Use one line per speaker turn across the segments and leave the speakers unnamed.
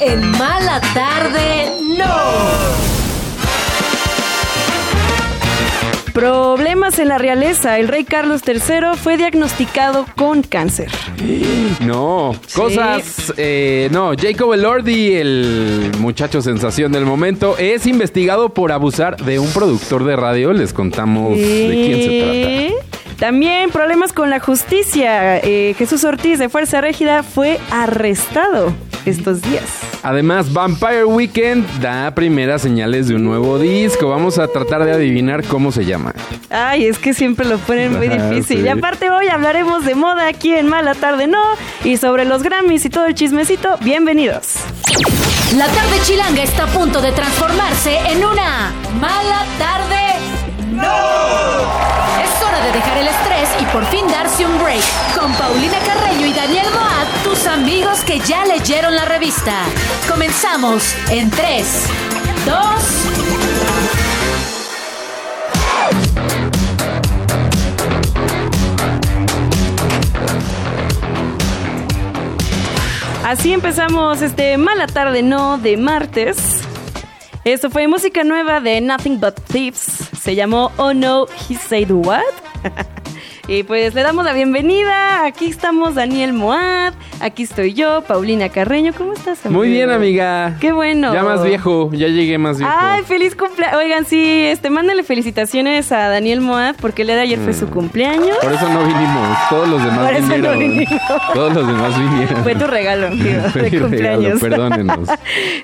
en Mala Tarde No.
Problemas en la realeza. El rey Carlos III fue diagnosticado con cáncer.
No, cosas. eh, no, Jacob Elordi, el muchacho sensación del momento, es investigado por abusar de un productor de radio. Les contamos de quién se
Eh, También problemas con la justicia. Eh, Jesús Ortiz de Fuerza Régida fue arrestado estos días.
trata. Además, Vampire Weekend da primeras señales de un nuevo disco. Vamos a tratar de adivinar cómo se llama.
Ay, es que siempre lo ponen muy
Ajá,
difícil.
Ah, sí.
Y aparte hoy hablaremos de moda aquí en Mala Tarde No y sobre los Grammys y todo el chismecito. Bienvenidos.
La tarde chilanga está a punto de transformarse en una mala tarde. ¡No! Es hora de dejar el estrés y por fin darse un break. Con Paulina Carreño y Daniel Moat, tus amigos que ya leyeron la revista. Comenzamos en 3, 2,
Así empezamos este Mala Tarde No de martes. Esto fue música nueva de Nothing But Thieves. Se llamó Oh No, He Said What. y pues le damos la bienvenida. Aquí estamos Daniel Moad. Aquí estoy yo, Paulina Carreño. ¿Cómo estás?
Muy
amigo?
bien, amiga.
Qué bueno.
Ya más viejo, ya llegué más viejo.
Ay, feliz cumpleaños. Oigan, sí, este, mándale felicitaciones a Daniel Moad porque el día de ayer fue su
Mm.
cumpleaños.
Por eso no vinimos. Todos los demás
Por eso no
vinieron.
vinimos.
Todos los demás vinieron.
Fue tu regalo, amigo,
Fue
de
mi regalo,
cumpleaños.
Perdónenos.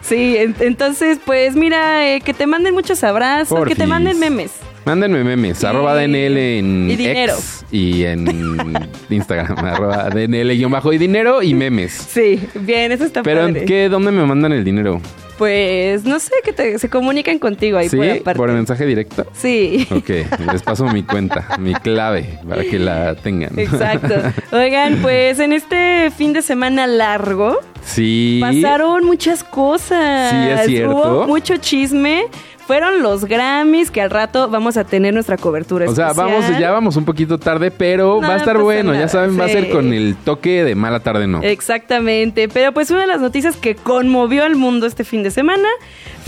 Sí, en- entonces, pues mira, eh, que te manden muchos abrazos, que te
Porfis.
manden memes.
Mándenme memes,
Y-
arroba DNL en
y dinero.
X y en Instagram, arroba DNL-bajo y dinero y memes.
Sí, bien, eso está
Pero
padre.
¿qué, ¿dónde me mandan el dinero?
Pues no sé, que te- se comunican contigo ahí
¿Sí?
por aparte.
¿Por mensaje directo?
Sí.
Ok, les paso mi cuenta, mi clave, para que la tengan.
Exacto. Oigan, pues en este fin de semana largo
Sí.
pasaron muchas cosas.
Sí, es cierto.
Hubo mucho chisme. Fueron los Grammys que al rato vamos a tener nuestra cobertura
O sea,
especial.
vamos, ya vamos un poquito tarde, pero
No
va a estar
pasa
bueno,
nada,
ya saben, va a ser
sí.
con el toque de mala tarde, ¿no?
Exactamente, pero pues una de las noticias que conmovió al mundo este fin de semana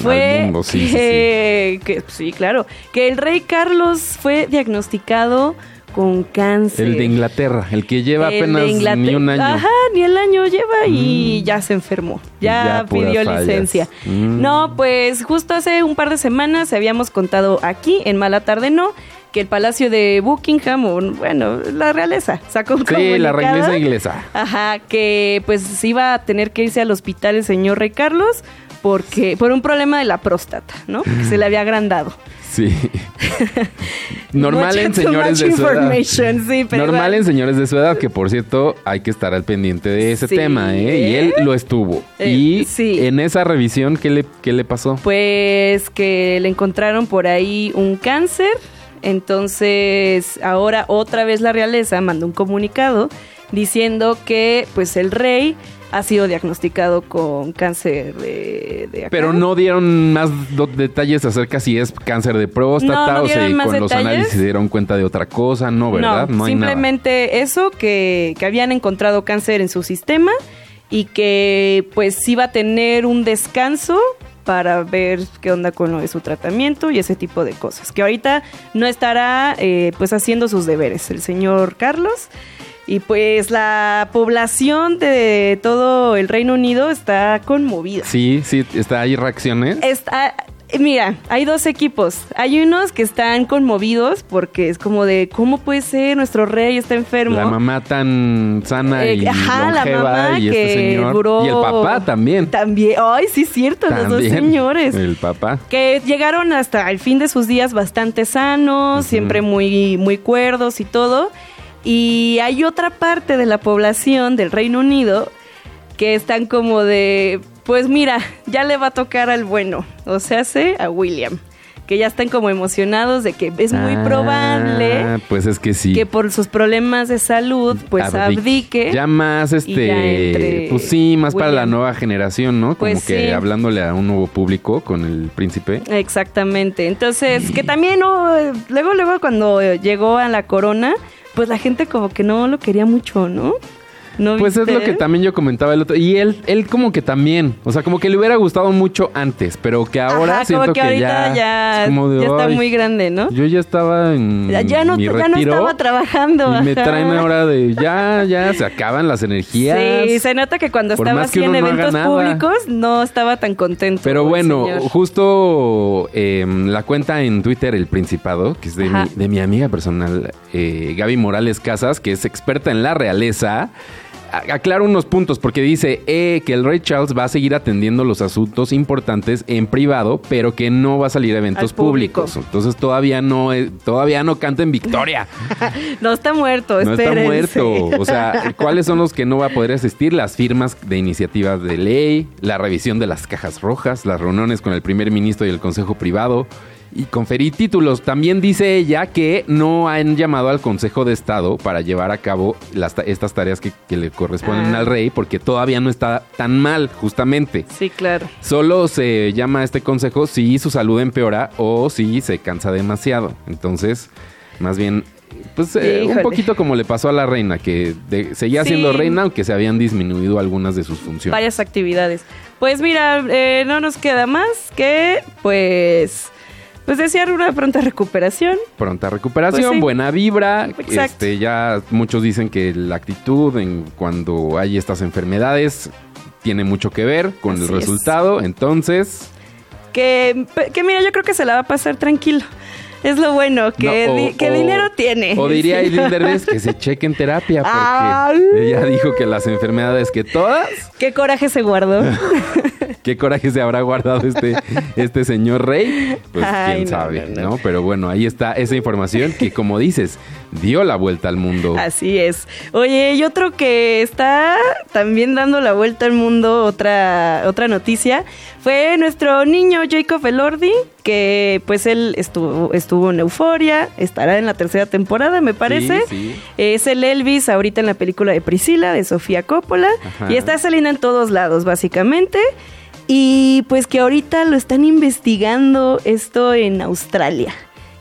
fue
Al mundo, sí, sí,
que, que- pues, sí, claro, que el rey Carlos fue diagnosticado con cáncer.
El de Inglaterra, el que lleva
El de
apenas ni
Inglaterra.
un año. Mm.
Ajá, ni el año lleva y ya se enfermó. Ya,
Ya puras
pidió
fallas.
licencia.
Mm.
No, pues justo hace un par de semanas habíamos contado aquí en Mala Tarde No que el Palacio de Buckingham, o, bueno, la realeza, sacó un
Sí, la
comunicado.
regresa inglesa.
Ajá, que pues iba a tener que irse al hospital el señor Rey Carlos porque por un problema de la próstata, ¿no? Que se le había agrandado.
Sí. Normal
Mucha-
en
too
señores
much
de su edad.
information, sí, pero
Normal
igual.
en señores de su edad, que por cierto hay que estar al pendiente de ese
Sí,
tema, ¿eh? Y
¿eh?
él lo estuvo.
Eh,
y
sí.
en esa revisión, ¿qué le, qué le pasó?
Pues que le encontraron por ahí un cáncer. Entonces, ahora otra vez la realeza mandó un comunicado diciendo que pues el rey ha sido diagnosticado con cáncer de, de acá.
Pero no dieron más do- detalles acerca si es cáncer de próstata
No, no
o si
dieron más
con los
detalles.
análisis se dieron cuenta de otra cosa. No, ¿verdad? No, hay nada.
simplemente eso, que, que habían encontrado cáncer en su sistema y que pues iba a tener un descanso para ver qué onda con lo de su tratamiento y ese tipo de cosas. Que ahorita no estará eh, pues haciendo sus deberes el señor Carlos. Y pues la población de todo el Reino Unido está conmovida.
Sí, sí, está ahí reacciones.
Está- mira, hay dos equipos. Hay unos que están conmovidos porque es como de, ¿cómo puede ser? Nuestro rey está enfermo.
La mamá tan sana
Eh,
y
ajá, la
longeva
mamá
y este
que
señor.
duró-
Y el papá también.
También, ay, sí es cierto, los dos
También.
señores.
El papá.
Que llegaron hasta el fin de sus días bastante sanos,
Ujú.
siempre muy, muy cuerdos y todo. Y hay otra parte de la población del Reino Unido que están como de, pues mira, ya le va a tocar al bueno, o sea, hace a William. Que ya están como emocionados de que es muy
Ah,
probable
Pues es que sí.
que por sus problemas de salud, pues
Abdique.
abdique.
Ya más este.
ya entre
pues sí, más para la
William.
nueva generación, ¿no? Como
Pues
que
sí.
hablándole a un nuevo público con el príncipe.
Exactamente. Entonces, que también oh, luego, luego cuando llegó a la corona, pues la gente como que no lo quería mucho, ¿no? ¿No
Pues es
viste?
lo que también yo comentaba el otro. Y él, él como que también. O sea, como que le hubiera gustado mucho antes, pero que ahora
Ajá,
siento
como
que,
que ahorita
ya.
ya,
es como de,
ya está
"Ay,
muy grande, ¿no?
Yo ya estaba en.
Ya, ya no,
mi
ya no
retiro
estaba trabajando.
Y me
ajá.
traen ahora de. Ya, ya se acaban las energías.
Sí, se nota que cuando
Por
estaba
más que
así en
uno no haga
eventos
nada.
públicos no estaba tan contento.
Pero
el
bueno,
señor.
justo eh, la cuenta en Twitter El Principado, que es de,
Ajá.
mi, de mi amiga personal, eh, Gaby Morales Casas, que es experta en la realeza, a- aclara unos puntos porque dice eh, que el rey Charles va a seguir atendiendo los asuntos importantes en privado, pero que no va a salir a eventos
Al público.
públicos. Entonces todavía no, eh, todavía no canta en victoria.
no está muerto,
No está
espérense.
muerto. O sea, ¿cuáles son los que no va a poder asistir? Las firmas de iniciativas de ley, la revisión de las cajas rojas, las reuniones con el primer ministro y el consejo privado y conferir títulos. También dice ella que no han llamado al consejo de estado para llevar a cabo las ta- estas tareas que, que le corresponden
Ah.
al rey porque todavía no está tan mal, justamente.
Sí, claro.
Solo se llama a este consejo si su salud empeora o si se cansa demasiado. Entonces, más bien, pues eh, un
Híjole.
poquito como le pasó a la reina, que de- seguía
Sí.
siendo reina, aunque se habían disminuido algunas de sus funciones.
Varias actividades. Pues mira, eh, no nos queda más que, pues, pues desear una pronta recuperación.
Pronta recuperación,
Pues sí.
buena vibra.
Exacto.
Este, ya muchos dicen que la actitud en cuando hay estas enfermedades tiene mucho que ver con el
Así es.
resultado. Entonces,
Que, que mira, yo creo que se la va a pasar tranquilo. Es lo bueno, que,
No, o-
di- que
o-
dinero tiene.
O diría
Sí.
Aileen Derbez que se cheque en terapia porque
Ay.
ella dijo que las enfermedades que todas,
Qué coraje se guardó.
qué coraje se habrá guardado este, este señor rey, pues
Ay,
quién
no,
sabe,
no,
no,
no.
Pero bueno, ahí está esa información que como dices, dio la vuelta al mundo.
Así es. Oye, y otro que está también dando la vuelta al mundo, otra, otra noticia, fue nuestro niño Jacob Elordi, que pues él estuvo, estuvo en Euforia, estará en la tercera temporada, me parece.
Sí, sí.
Es el Elvis ahorita en la película de Priscila, de Sofía Coppola,
Ajá.
y está saliendo en todos lados, básicamente. Y pues que ahorita lo están investigando esto en Australia,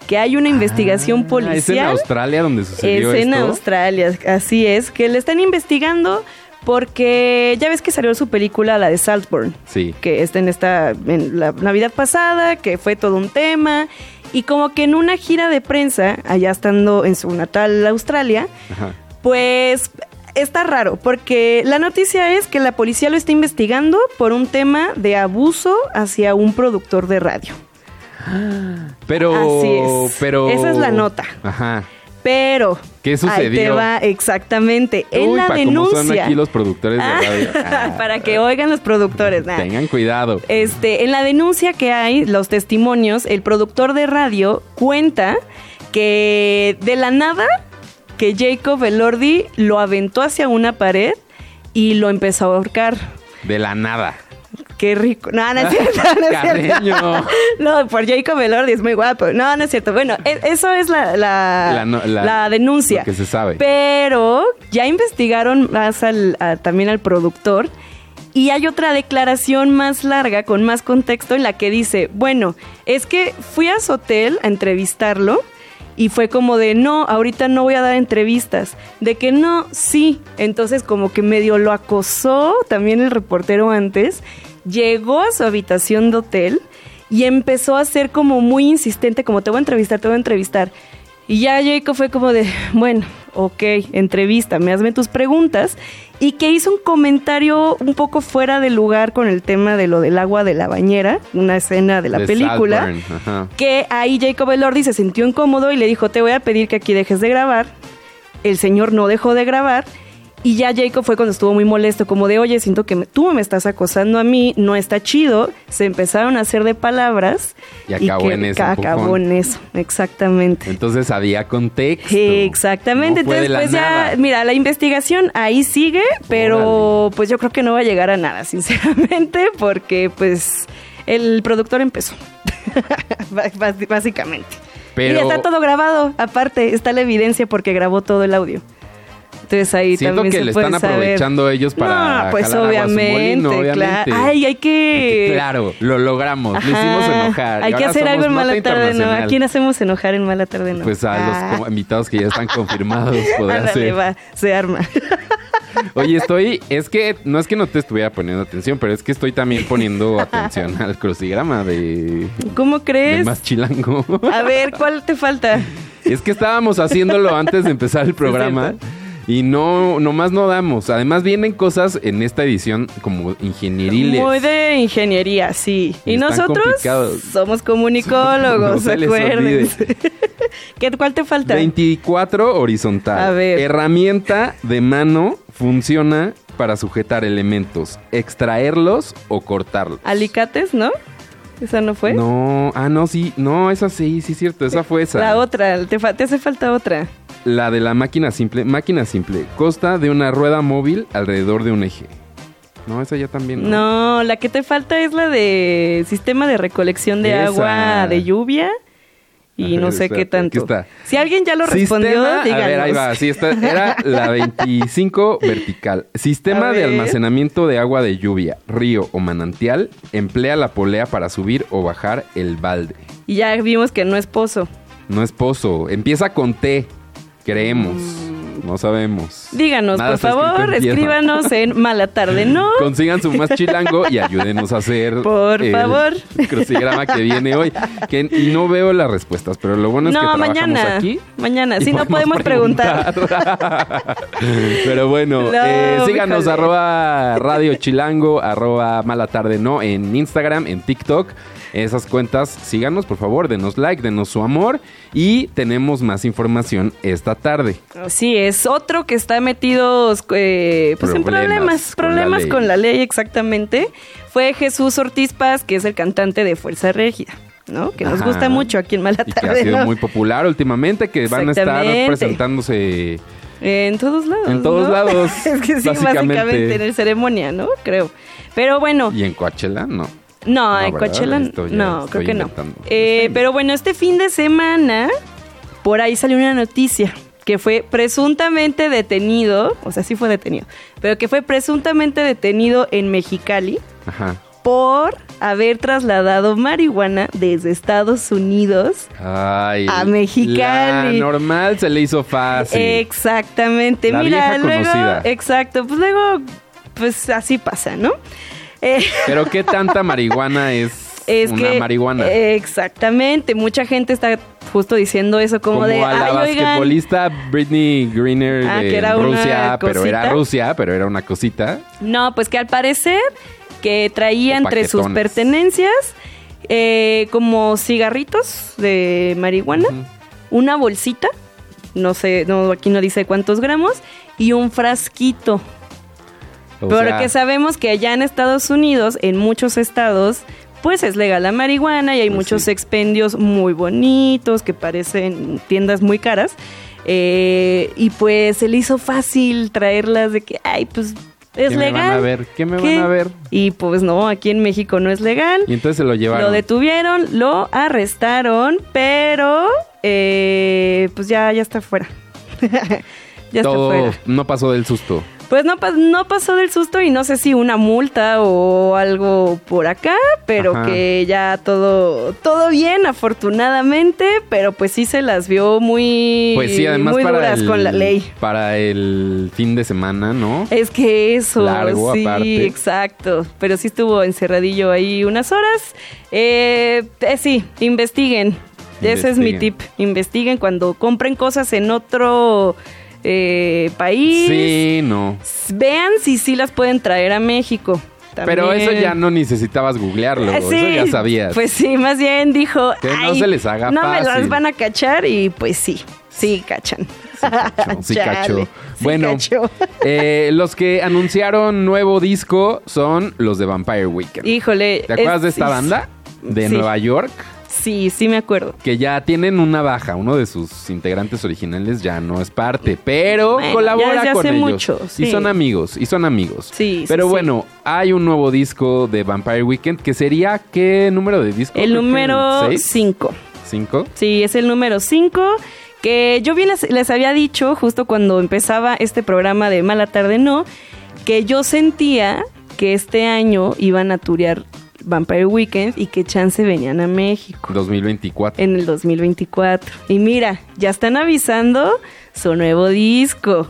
que hay una investigación
Ah,
policial.
Es en Australia donde sucedió
Es en
esto.
Australia, así es, que le están investigando porque ya ves que salió su película, la de Saltburn,
Sí.
que está en esta, en la Navidad pasada, que fue todo un tema, y como que en una gira de prensa, allá estando en su natal Australia,
Ajá.
pues está raro, porque la noticia es que la policía lo está investigando por un tema de abuso hacia un productor de radio.
Pero,
Así es.
pero.
Esa es la nota.
Ajá.
Pero.
¿Qué
Ahí te
sucedió?
va, exactamente. en
Uy,
la
pa, cómo
denuncia.
son aquí los productores de radio.
Ah,
Ah,
para que oigan los productores. nah.
Tengan cuidado.
Este, en la denuncia que hay, los testimonios, el productor de radio cuenta que de la nada que Jacob Elordi lo aventó hacia una pared y lo empezó a ahorcar.
De la nada.
Qué rico. No, no es cierto, no es cierto.
Carreño.
No, por Jacob Elordi es muy guapo. No, no es cierto. Bueno, e- eso es la, la,
La no- la-
la denuncia.
lo que se sabe.
Pero ya investigaron más al, a- también al productor. Y hay otra declaración más larga, con más contexto, en la que dice, bueno, es que fui a su hotel a entrevistarlo y fue como de, no, ahorita no voy a dar entrevistas. De que no, sí. Entonces como que medio lo acosó también el reportero antes. Llegó a su habitación de hotel y empezó a ser como muy insistente, como te voy a entrevistar, te voy a entrevistar. Y ya Jacob fue como de, bueno, ok, entrevista, me hazme tus preguntas. Y que hizo un comentario un poco fuera de lugar con el tema de lo del agua de la bañera, una escena de la
De
película
Saltburn, ajá.
que ahí Jacob Elordi se sintió incómodo y le dijo, te voy a pedir que aquí dejes de grabar. El señor no dejó de grabar y ya Jacob fue cuando estuvo muy molesto, como de, oye, siento que me- tú me estás acosando a mí, no está chido. Se empezaron a hacer de palabras.
Y acabó
que
en ese
ca- Acabó
empujón.
en eso, exactamente.
Entonces había contexto.
Exactamente,
No fue de
entonces
la
pues
nada.
ya, mira, la investigación ahí sigue, pero pues yo creo que no va a llegar a nada, sinceramente, porque pues el productor empezó, Bá- bá- básicamente.
Pero-
Y ya está todo grabado, aparte está la evidencia porque grabó todo el audio. Entonces ahí
Siento
también
que
se
le
puede
están
saber.
aprovechando ellos para.
No, pues
jalar agua a su
obviamente,
molino,
claro.
obviamente.
Ay, hay que...
Claro, lo logramos. Lo hicimos
Ajá.
enojar. y
Hay que
ahora
hacer
somos
algo en
nota
Mala Tarde No. ¿A
internacional.
quién hacemos enojar en Mala Tarde No?
Pues a los
Ah.
como invitados que ya están confirmados podrá
Ándale,
ser.
va, se arma.
Oye, estoy. Es que no es que no te estuviera poniendo atención, pero es que estoy también poniendo atención al crucigrama de,
¿Cómo
de
crees?
Más Chilango.
A ver, ¿cuál te falta?
Es que estábamos haciéndolo antes de empezar el programa. Y no, nomás no damos. Además vienen cosas en esta edición como ingenieriles.
Muy de ingeniería, sí. Y
Están
nosotros
complicados.
somos comunicólogos,
No se les
acuérdense. ¿Qué- ¿Cuál te falta?
24 horizontal.
A ver.
Herramienta de mano funciona para sujetar elementos, extraerlos o cortarlos.
Alicates, ¿no? Esa no fue.
No, ah, no, sí, no, esa sí, sí es cierto, esa fue esa.
La otra, te, fa- te hace falta otra.
La de la máquina simple. Máquina simple. Costa de una rueda móvil alrededor de un eje. No, esa ya también.
No, la que te falta es la de sistema de recolección de
Esa.
agua de lluvia y
A
no
ver,
sé qué
espérate, aquí
tanto.
está.
Si alguien ya lo
Sistema-
respondió, díganos.
A ver, ahí va. Sí, esta era la 25 vertical. Sistema
A
de
ver.
almacenamiento de agua de lluvia, río o manantial. Emplea la polea para subir o bajar el balde.
Y ya vimos que no es pozo.
No es pozo. Empieza con T. Creemos. No sabemos.
Mm. Díganos,
Nada pues,
por
está escrito
favor,
en piedra.
escríbanos en Mala Tarde, ¿no?
Consigan su más chilango y ayúdenos a hacer
Por
el
favor.
crucigrama que viene hoy. Que y no veo las respuestas, pero lo bueno es que
no,
trabajamos
mañana.
aquí.
Mañana,
y
si no podemos preguntar.
pero bueno,
No,
eh, síganos
híjole.
arroba radio chilango, arroba mala tarde no en Instagram, en TikTok. Esas cuentas, síganos por favor, denos like, denos su amor y tenemos más información esta tarde.
Así es, otro que está metido eh, pues en problemas,
Problemas con la
problemas
ley.
con la ley exactamente, fue Jesús Ortiz Paz, que es el cantante de Fuerza Régida, ¿no? Que nos
Ajá.
gusta mucho aquí en Mala
Y que ha
Tarde,
sido
¿no?
muy popular últimamente, que van a estar
Exactamente.
presentándose
En todos lados.
En todos
¿no?
lados,
es que sí,
básicamente.
básicamente. en el ceremonia, ¿no? Creo. Pero bueno,
y en Coachella, no.
no,
No,
en
¿verdad?
Coachella
Esto ya
no,
estoy
creo que
inventando.
no. Eh, pero bueno, este fin de semana, por ahí salió una noticia que fue presuntamente detenido, o sea, sí fue detenido, pero que fue presuntamente detenido en Mexicali
Ajá.
por haber trasladado marihuana desde Estados Unidos.
Ay,
A Mexicali.
La normal se le hizo fácil.
Exactamente,
Ah, La
mira,
vieja
luego,
conocida.
exacto, pues luego, pues así pasa, ¿no? Eh,
Pero qué tanta marihuana es,
Es
una
que,
marihuana.
Exactamente, mucha gente está justo diciendo eso como,
como
de,
a la
ay, oigan,
basquetbolista Britney Greener
Ah,
de
que era una
Rusia, pero era
cosita.
Rusia, pero era una cosita.
no, pues que al parecer que traía
O
entre sus
paquetones.
pertenencias eh, como cigarritos de marihuana,
Ujú.
una bolsita, no sé, no, aquí no dice cuántos gramos, y un frasquito.
O
Porque
sea,
sabemos que allá en Estados Unidos, en muchos estados, pues es legal la marihuana y hay
Pues
muchos
sí.
expendios muy bonitos que parecen tiendas muy caras. Eh, y pues se le hizo fácil traerlas de que, ay, pues es
¿qué me
legal.
van a ver? ¿Qué me
¿Qué?
van a ver?
Y pues no, aquí en México no es legal.
Y entonces se lo llevaron.
Lo detuvieron, lo arrestaron, pero eh, pues ya, ya está fuera. ya
Todo
está fuera.
no pasó del susto.
Pues no, pas- no pasó del susto y no sé si una multa o algo por acá, pero
Ajá.
que ya todo, todo bien, afortunadamente, pero pues sí se las vio muy,
Pues sí, además
muy
para
duras
el,
con la ley.
Para el fin de semana, ¿no?
Es que eso,
Largo,
sí,
aparte.
exacto. Pero sí estuvo encerradillo ahí unas horas. Eh, eh, sí, investiguen. Ese es mi
Investiguen.
tip. Investiguen cuando compren cosas en otro eh, país.
Sí, no.
Vean si sí las pueden traer a México. También.
Pero eso ya no necesitabas googlearlo,
Eh,
eso
sí,
ya sabías.
Pues sí, más bien dijo.
Que no
"Ay,
se les haga
No me
fácil".
las van a cachar y pues sí, sí cachan.
Sí, cacho, sí,
Chale,
cacho.
sí
bueno,
cacho.
eh, los que anunciaron nuevo disco son los de Vampire Weekend.
Híjole.
¿Te acuerdas
es-
de esta
es-
banda? De
sí.
Nueva York,
Sí, sí me acuerdo.
que ya tienen una baja. Uno de sus integrantes originales ya no es parte, pero
Bueno, ya
colabora
desde
con
hace
ellos.
mucho,
Y
sí.
son amigos, y son amigos.
Sí, sí,
Pero
sí.
bueno, hay un nuevo disco de Vampire Weekend que sería ¿qué número de disco?
El
Creo que
número
seis,
5.
cinco.
Sí, es el número 5. Que yo bien les, les había dicho justo cuando empezaba este programa de Mala Tarde No, que yo sentía que este año iban a turear Vampire Weekend y que chance venían a México
2024.
en el 2024. Y mira, ya están avisando su nuevo disco.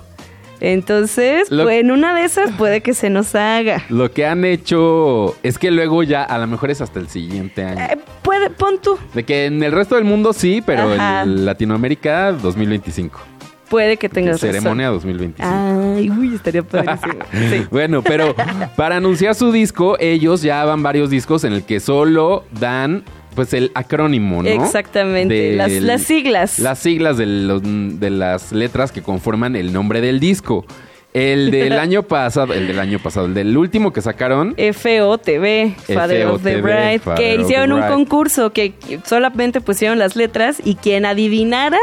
Entonces,
Lo-
pues, en una de esas puede que se nos haga.
Lo que han hecho es que luego ya, a lo mejor es hasta el siguiente año.
Eh, puede, pon tú.
De que en el resto del mundo sí, pero
Ajá.
en Latinoamérica 2025.
Puede que tengas razón.
Ceremonia 2025.
Ay, uy, estaría padrísimo. Sí.
Bueno, pero para anunciar su disco, ellos ya van varios discos en el que solo dan pues el acrónimo, ¿no?
Exactamente,
Del-
las- las siglas.
Las siglas de, los- de las letras que conforman el nombre del disco. El del año pasado, el del año pasado, el del último que sacaron.
FOTV, Father of the
FOTV,
Bride,
Father
que
of the
hicieron un
Bride.
concurso que solamente pusieron las letras y quien adivinara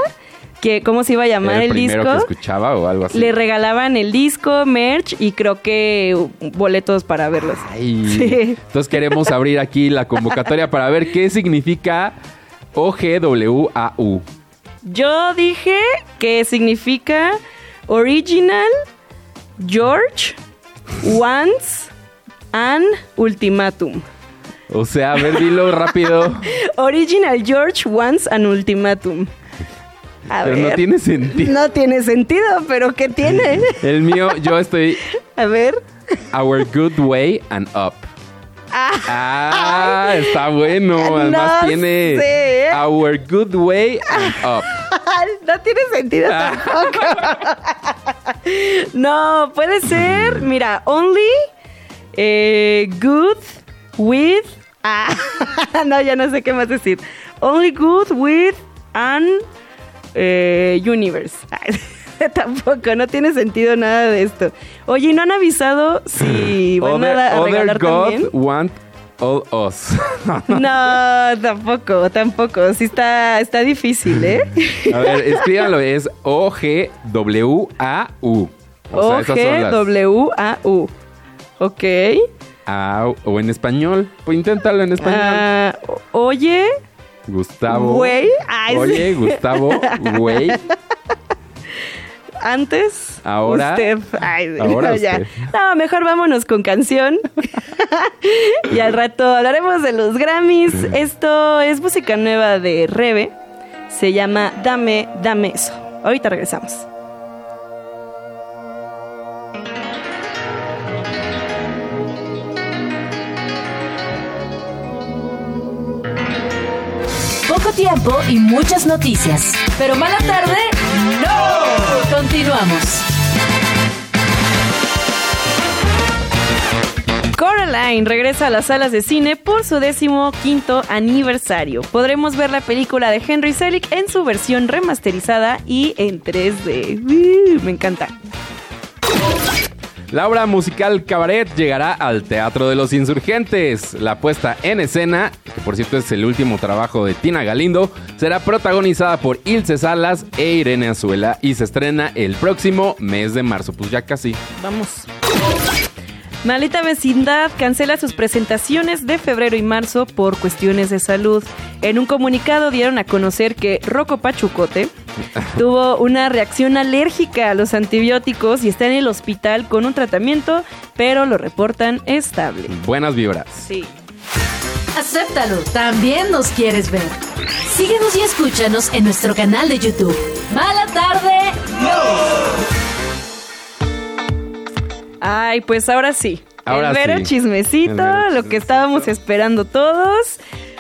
que cómo se iba a
era
llamar el,
primero que
disco,
escuchaba o algo así.
le regalaban el disco, merch y creo que uh, boletos para verlos.
Ay.
Sí.
Entonces queremos abrir aquí la convocatoria para ver qué significa OGWAU.
Yo dije que significa original, George, once, and ultimatum.
O sea, a ver, dilo rápido.
Original George Once an Ultimatum. A
Pero
ver.
no tiene sentido.
No tiene sentido, pero ¿qué tiene?
El mío, yo estoy
A ver.
Our Good Way and Up.
Ah,
Ah, está bueno.
No
Además tiene
sé.
Our Good Way and Up.
no tiene sentido
Ah.
tampoco. no, puede ser. Mira, only eh, good with. Ah, no, ya no sé qué más decir. Only good with an eh, universe. Ay, Tampoco, no tiene sentido nada de esto. Oye, ¿y ¿no han avisado si van
other
a, a
other
regalar
God
también?
want all us.
No, tampoco, tampoco. Sí está, está difícil, ¿eh?
a ver, escríbanlo. Es O-G-W-A-U. O sea, esas son las-
O-G-W-A-U. Ok.
Au, o en español. Pues inténtalo en español.
Ah, oye,
Gustavo.
güey. Ay,
Oye,
sí.
Gustavo, güey.
antes.
Ahora.
Usted. Ay,
Ahora
no, ya.
usted.
No, mejor vámonos con canción. y al rato hablaremos de los Grammys. Esto es música nueva de Rebe. Se llama Dame, Dame eso. Ahorita regresamos.
Poco tiempo y muchas noticias. Pero mala tarde, no. Continuamos.
Coraline regresa a las salas de cine por su décimo quinto aniversario. Podremos ver la película de Henry Selick en su versión remasterizada y en 3D. ¡Uh! me encanta.
La obra musical Cabaret llegará al Teatro de los Insurgentes. La puesta en escena, que por cierto es el último trabajo de Tina Galindo, será protagonizada por Ilse Salas e Irene Azuela y se estrena el próximo mes de marzo. Pues ya casi.
Vamos. Maleta Vecindad cancela sus presentaciones de febrero y marzo por cuestiones de salud. En un comunicado dieron a conocer que Rocco Pachucote tuvo una reacción alérgica a los antibióticos y está en el hospital con un tratamiento, pero lo reportan estable.
Buenas vibras.
Sí.
Acéptalo, también nos quieres ver. Síguenos y escúchanos en nuestro canal de YouTube. Mala tarde,
Ay, pues ahora sí.
Ahora
el vero
sí.
chismecito,
El vero
lo que estábamos esperando todos,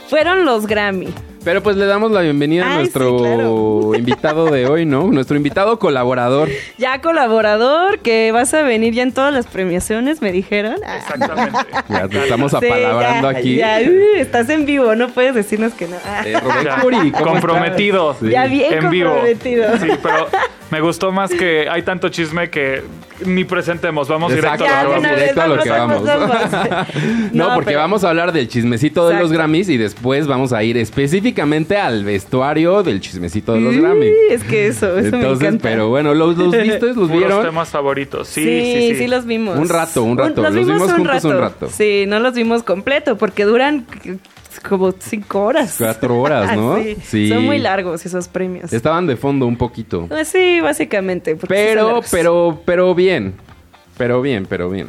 fueron los Grammy.
Pero pues le damos la bienvenida a
Ay, sí,
nuestro
claro.
invitado de hoy, ¿no? Nuestro invitado colaborador.
Ya colaborador, que vas a venir ya en todas las premiaciones, me dijeron. Ah,
Exactamente.
Ya te estamos
sí,
apalabrando
ya,
aquí.
ya, uh, estás en vivo, no puedes decirnos que no. Ah,
Eh, Rubén
Ya,
Curi, ¿cómo
comprometido.
estás? Sí.
Ya bien
en vivo.
comprometido.
Sí, pero me gustó más que hay tanto chisme que ni presentemos. Vamos
Exacto,
directo
Ya,
a lo
de
que
una
vamos.
vez,
directo a lo que vamos.
vamos, vamos.
No,
No,
porque
pero-
vamos a hablar del chismecito de los
Exacto.
Grammys y después vamos a ir específicamente al vestuario del chismecito de los
Sí,
Grammys.
Es que eso, eso me
Entonces,
encanta.
pero bueno, los, los viste, los
Puros
vieron.
temas favoritos. Sí,
Sí,
sí, sí.
los vimos.
Un rato, un rato.
los, vimos, un rato.
un rato.
Sí, no los vimos completo porque duran c- como cinco horas. Ah,
Cuatro horas, ¿no?
sí.
Sí.
Son muy largos esos premios.
Estaban de fondo un poquito.
Ah, Sí, básicamente. porque sí son
Pero,
largos.
pero, pero bien. Pero bien, pero bien.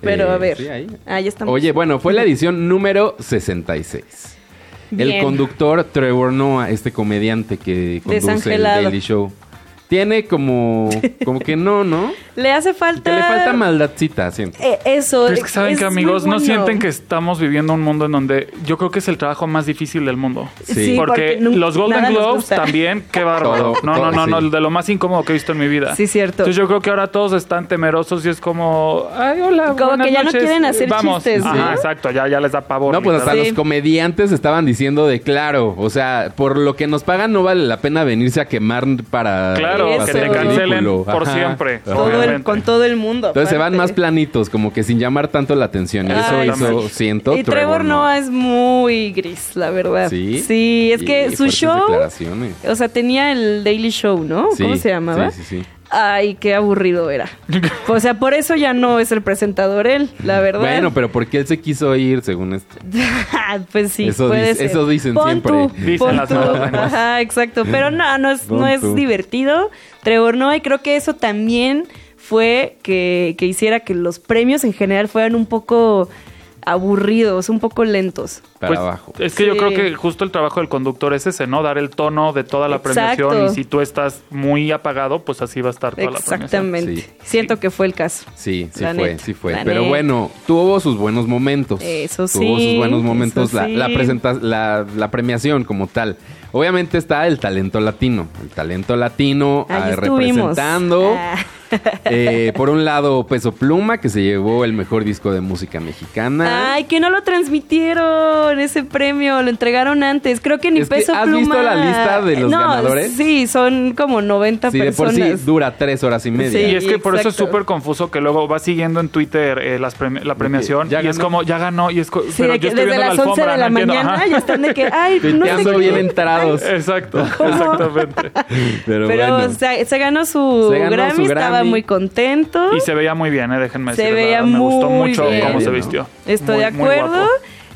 Pero a
Eh,
ver.
sí, ahí.
ahí estamos.
Oye, bueno, fue la edición número 66. El
Bien.
conductor Trevor Noah, este comediante que conduce el
Desangelado.
Daily Show, tiene como, como que no, ¿no?
Le hace falta.
Que le falta
Ah.
maldadcita, siento.
Eh, eso.
Pero es que saben que
muy
amigos, no
bueno.
sienten que estamos viviendo un mundo en donde yo creo que es el trabajo más difícil del mundo.
Sí,
Sí,
porque
nun-
los Golden
nada nos
Globes
gusta.
también, qué bárbaro.
Todo,
no,
todo,
no, no,
sí.
no, de lo más incómodo que he visto en mi vida.
Sí, cierto.
Entonces yo creo que ahora todos están temerosos y es como, ay, hola,
Como
buenas
que ya no
noches,
quieren hacer
Vamos.
chistes,
Ajá,
¿no?
exacto, ya, ya les da pavor.
No, pues hasta
literal.
Sí.
los comediantes estaban diciendo de claro, o sea, por lo que nos pagan no vale la pena venirse a quemar para
Claro,
para
que
hacer
te
el
cancelen
ridículo.
por siempre.
Todo el-
obviamente.
con todo el mundo.
Entonces se van
aparte.
más planitos, como que sin llamar tanto la atención. Y eso
Ay,
hizo,
sí.
siento,
Y Trevor Noah es muy gris, la verdad.
Sí.
Sí, es
Y
que su
fuertes
show.
declaraciones.
O sea, tenía el Daily Show, ¿no?
Sí,
¿Cómo se llamaba?
Sí, sí, sí.
Ay, qué aburrido era. O sea, por eso ya no es el presentador él, la verdad.
Bueno, pero porque él se quiso ir, según esto.
pues sí,
Eso
puede
dice-
ser.
eso dicen siempre.
Dicen las malas lenguas.
Ajá, exacto. Pero no, no es,
Pon
no es
tú.
divertido. Trevor Noah, y creo que eso también fue que, que hiciera que los premios en general fueran un poco aburridos, un poco lentos.
Para
Pues,
abajo.
Es que yo
Sí.
creo que justo el trabajo del conductor es ese, ¿no? Dar el tono de toda la
Exacto.
premiación y si tú estás muy apagado, pues así va a estar toda la premiación.
Exactamente.
Sí.
Siento que fue el caso.
Sí, sí
La
fue,
neta,
sí fue.
la
Pero
neta.
bueno, tuvo sus buenos momentos.
Eso
Tuvo
sí,
sus buenos momentos
eso
la, la
sí.
presenta- la- la premiación como tal. Obviamente está el talento latino. El talento latino
Ahí
ah,
estuvimos.
representando.
Ah.
eh, por un lado, Peso Pluma, que se llevó el mejor disco de música mexicana.
Ay, que no lo transmitieron ese premio, lo entregaron antes. Creo que ni
Es que,
peso
¿has
pluma.
visto la lista de los
No,
ganadores?
Sí, son como 90
sí, de por
personas.
sí dura tres horas y media.
Sí,
Y es que por eso es
exacto.
súper confuso que luego vas siguiendo en Twitter eh, las premi- la premiación
Ya
y es
ganó.
como, ya ganó, y es co-
Sí,
pero
de que
yo estoy
desde
viendo
las
la
11
alfombra,
de la
no entiendo,
mañana
ajá.
ya están de que, ay, no sé
Tuiteando
qué.
bien entrados.
Exacto, exactamente.
Pero,
Pero
bueno.
se, se ganó su
Se ganó su
Grammy, estaba
Grammy.
muy contento.
Y se veía muy bien, eh, déjenme
Se
decir.
veía
Me gustó
muy
mucho
bien.
cómo se
Bien, ¿no?
vistió.
Estoy
Muy-
de
muy guapo.
acuerdo.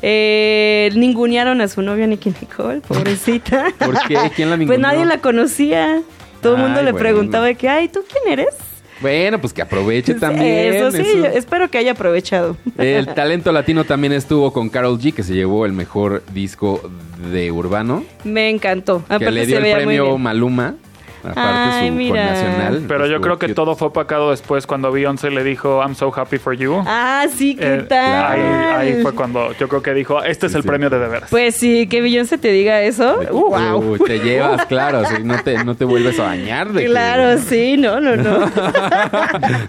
Eh, ningunearon a su novia Nicky Nicole, pobrecita.
¿Por qué? ¿Quién la
Pues
ninguneó?
nadie la conocía. Todo el
Ay,
mundo le
bueno.
preguntaba de que, ay, ¿tú quién eres?
Bueno, pues que aproveche también.
Eso sí,
eso.
yo espero que haya aprovechado.
El talento latino también estuvo con Carol G, que se llevó el mejor disco de urbano.
Me encantó. Aparte
que le
Ah, se
dio el
veía muy
premio
bien.
Maluma. Aparte
Ay,
su
mira.
connacional.
Pero yo
Estuvo
creo que
cute.
todo fue opacado después cuando Beyoncé le dijo, I'm so happy for you.
Ah, sí, ¿qué
Eh,
tal?
ahí, ahí fue cuando yo creo que dijo, este es el
sí.
premio de deberes.
Pues sí, que Beyoncé te diga eso. uh,
De que,
wow.
uy, te llevas, claro, así no te, no te vuelves a bañar de, que-
Claro, sí, no, no, no.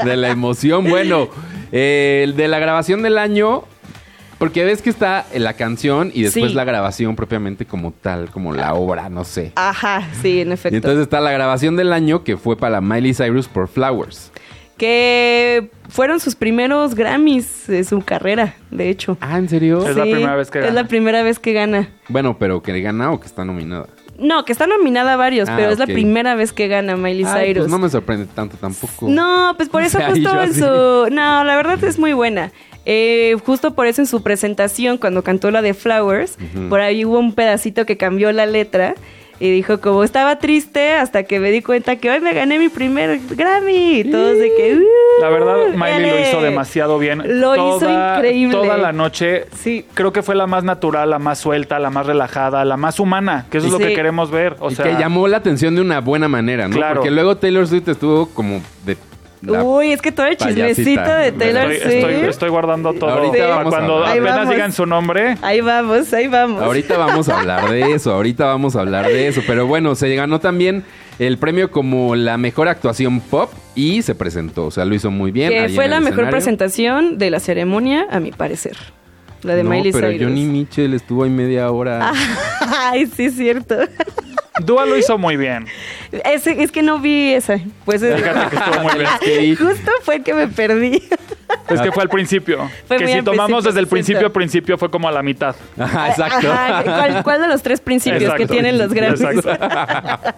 de la emoción. Bueno, eh, el de la grabación del año, porque ves que está la canción y después
Sí.
la grabación propiamente como tal, como la obra, no sé.
Ajá, sí, en
Y
efecto.
entonces está la grabación del año que fue para Miley Cyrus por Flowers.
que fueron sus primeros Grammys de su carrera, de hecho.
Ah, ¿en serio?
Es la primera vez que
Es
gana.
la primera vez que gana.
Bueno, pero que gana o que está nominada.
No, que está nominada a varios,
Ah,
pero es la
ok.
primera vez que gana Miley
Ay,
Cyrus.
pues no me sorprende tanto tampoco.
No, pues por
O
eso
sea, y
justo
yo
en
así.
su... No, la verdad es muy buena. Eh, justo por eso en su presentación, cuando cantó la de Flowers, por ahí hubo un pedacito que cambió la letra y dijo como estaba triste hasta que me di cuenta que hoy me gané mi primer Grammy. Y todos de que... "Uh,
La verdad, Miley lo
¡ele!".
hizo demasiado bien.
Lo hizo increíble.
Toda la noche.
Sí.
Creo que fue la más natural, la más suelta, la más relajada, la más humana, que eso es
Sí.
lo que queremos ver. O
y
sea,
que llamó la atención de una buena manera, ¿no?
Claro.
Porque luego Taylor Swift estuvo como de... la-
Uy, es que todo el
payasita.
chismecito de Taylor
estoy,
Swift.
estoy, estoy guardando todo.
Ahorita
para
vamos a
cuando
hablar.
Ahí
apenas
vamos.
digan su nombre.
Ahí vamos, ahí vamos.
Ahorita vamos a hablar de eso, ahorita vamos a hablar de eso. Pero bueno, se ganó también el premio como la mejor actuación pop y se presentó. O sea, lo hizo muy bien.
que
ahí
fue
en
la
el
mejor
escenario.
presentación de la ceremonia, a mi parecer. La de
no,
Miley
pero
Cyrus. Ah.
Johnny Mitchell estuvo ahí media hora.
Ay, sí, es cierto.
Dua lo hizo muy bien.
Es, es que no vi esa. Pues es-
Fíjate que estuvo muy bien.
Sí.
justo fue el que me perdí.
Es que fue al principio.
Fue
que
muy
si
al
tomamos
principio,
desde el principio,
siento.
principio fue como a la mitad.
Ajá, exacto.
Eh, Ajá, ¿cuál, cuál de los tres principios que
Exacto.
tienen los Grammys?
Exacto.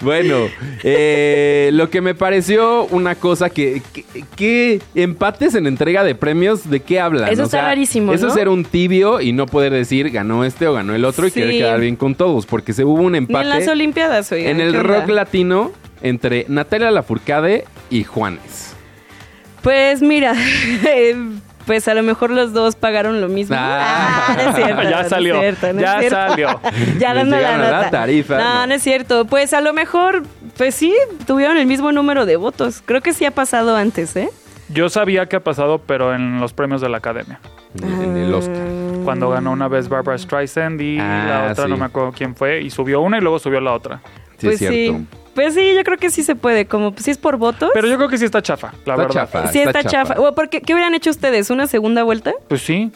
Bueno, eh, lo que me pareció una cosa que, que, que empates en entrega de premios, ¿de qué hablan?
Eso está rarísimo,
Eso
¿no?
es ser un tibio y no poder decir ganó este o ganó el otro y
Sí.
querer quedar bien con todos, porque se hubo un
Ni
empate
en las Olimpiadas, oigan,
en el
¿qué
rock
onda?
latino entre Natalia Lafourcade y Juanes.
Pues mira, pues a lo mejor los dos pagaron lo mismo.
Ah.
Ah, no es cierto,
Ya
no es
salió,
cierto, no es
ya
cierto.
salió.
ya
Les
dando la
llegaron a la
nota.
tarifa,
no,
no.
no es cierto. Pues a lo mejor Pues sí, tuvieron el mismo número de votos. Creo que sí ha pasado antes, ¿eh?
Yo sabía que ha pasado, pero en los premios de la academia.
en
Ah,
el Oscar.
Mm.
Cuando ganó una vez Barbara Streisand y
Ah,
la otra,
sí.
no me acuerdo quién fue, y subió una y luego subió la otra.
Sí, es cierto.
Pues sí. Pues sí, yo creo que sí se puede. Como pues, si es por votos.
Pero yo creo que sí está chafa, la
Está
verdad.
chafa.
sí
está
está chafa.
chafa.
O, porque, ¿Qué hubieran hecho ustedes? ¿Una segunda vuelta?
Pues sí.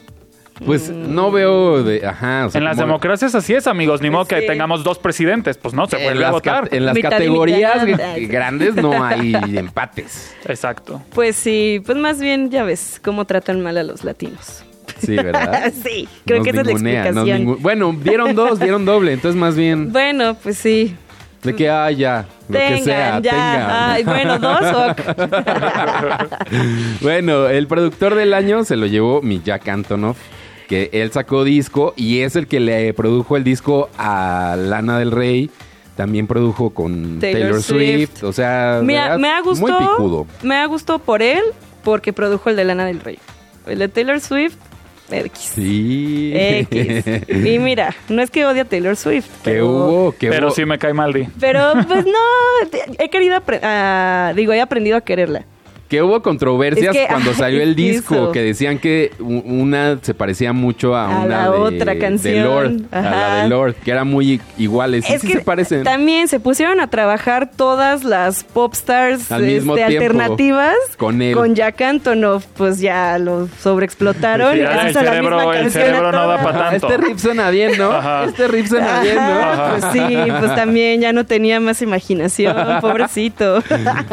Pues no veo de. Ajá. o sea,
en las
como-
democracias así es, amigos. Ni modo que
sí.
tengamos dos presidentes. Pues no, se
En
vuelve a
las, ca-
votar.
Eh, en las
Mitad y
categorías
mitad.
g- grandes no hay empates.
Exacto.
Pues sí, pues más bien ya ves cómo tratan mal a los latinos.
Sí, ¿verdad?
sí, creo
Nos
que esa es la
ningunea, nos
explicación.
ningu- bueno, dieron dos, dieron doble. Entonces, más bien,
Bueno, pues sí.
de que haya, lo que
Tengan,
sea,
ya.
tengan.
Ay, bueno, dos. ok.
Ah, Bueno, el productor del año se lo llevó mi Jack Antonoff, que él sacó disco y es el que le produjo el disco a Lana del Rey. También produjo con Taylor,
Taylor
Swift.
Swift.
O sea,
Mira,
¿verdad?
me ha
Muy
gustado.
picudo.
Me ha gustado por él porque produjo el de Lana del Rey. El de Taylor Swift, X.
Sí.
X. Y mira, no es que odie a Taylor Swift.
que
pero-
hubo, que
Pero
hubo.
sí me cae mal, Di.
Pero pues no, te- he querido, apre- ah, digo, he aprendido a quererla.
Que hubo controversias
Es que-
cuando salió el
ay,
disco,
eso.
que decían que u- una se parecía mucho a,
A
una
la
de,
otra
de
canción.
Lord, a la
Ajá.
de Lord, que eran muy iguales. Sí,
es
sí
que
se parecen.
también se pusieron a trabajar todas las pop stars
Al mismo
este,
tiempo,
alternativas
con él.
con Jack Antonoff, pues ya lo sobreexplotaron.
Pues Sí,
y
ya
les
el
hizo la
cerebro-
misma
el
canción a
cerebro no da
todas.
pa'
Ajá,
tanto.
Este rip suena bien, ¿no?
Ajá.
Este rip suena bien,
Ajá,
¿no?
Pues sí, pues también ya no tenía más imaginación, pobrecito.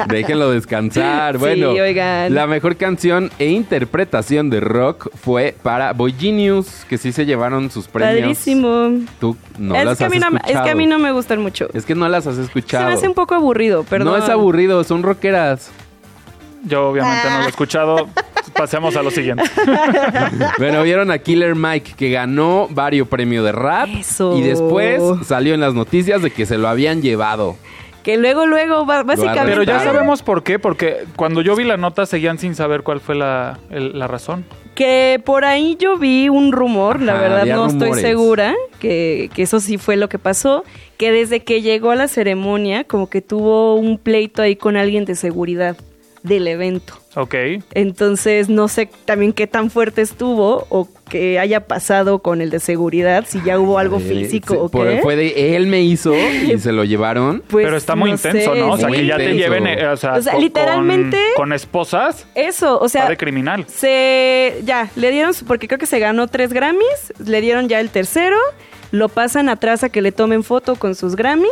Déjenlo descansar.
Sí,
Bueno,
oigan.
la mejor canción e interpretación de rock fue para Boy Genius, que sí se llevaron sus premios.
Padrísimo.
Tú no
es,
las
que a
has
mí no, me- es
escuchado.
que a mí no me gustan mucho.
Es que no las has
Se
escuchado.
me hace un poco aburrido, perdón.
No es aburrido, son rockeras.
Yo obviamente no lo he escuchado. Pasemos a lo siguiente.
Bueno, vieron a Killer Mike que ganó varios premios de rap
Eso.
y después salió en las noticias de que se lo habían llevado.
Que luego, luego, ba- básicamente.
Pero ya
Claro.
sabemos por qué, porque cuando yo vi la nota seguían sin saber cuál fue la, el- la razón.
Que por ahí yo vi un rumor, la
Ajá,
verdad
había
no
rumores.
estoy segura, que, que eso sí fue lo que pasó, que desde que llegó a la ceremonia como que tuvo un pleito ahí con alguien de seguridad del evento.
Ok.
Entonces no sé también qué tan fuerte estuvo o qué haya pasado con el de seguridad, si ya hubo algo
Eh,
físico
se-
o
por-
qué.
Fue de él me hizo y se lo llevaron.
Pues,
Pero está muy
no
intenso,
sé,
¿no? O sea,
sí.
que ya te
Intenso.
lleven, eh, o sea,
O sea,
co- con-
literalmente-
Con, esposas,
Eso, o
está
sea,
de criminal.
Se. Ya, le dieron. su- Porque creo que se ganó tres Grammys. Le dieron ya el tercero. Lo pasan atrás a que le tomen foto con sus Grammys.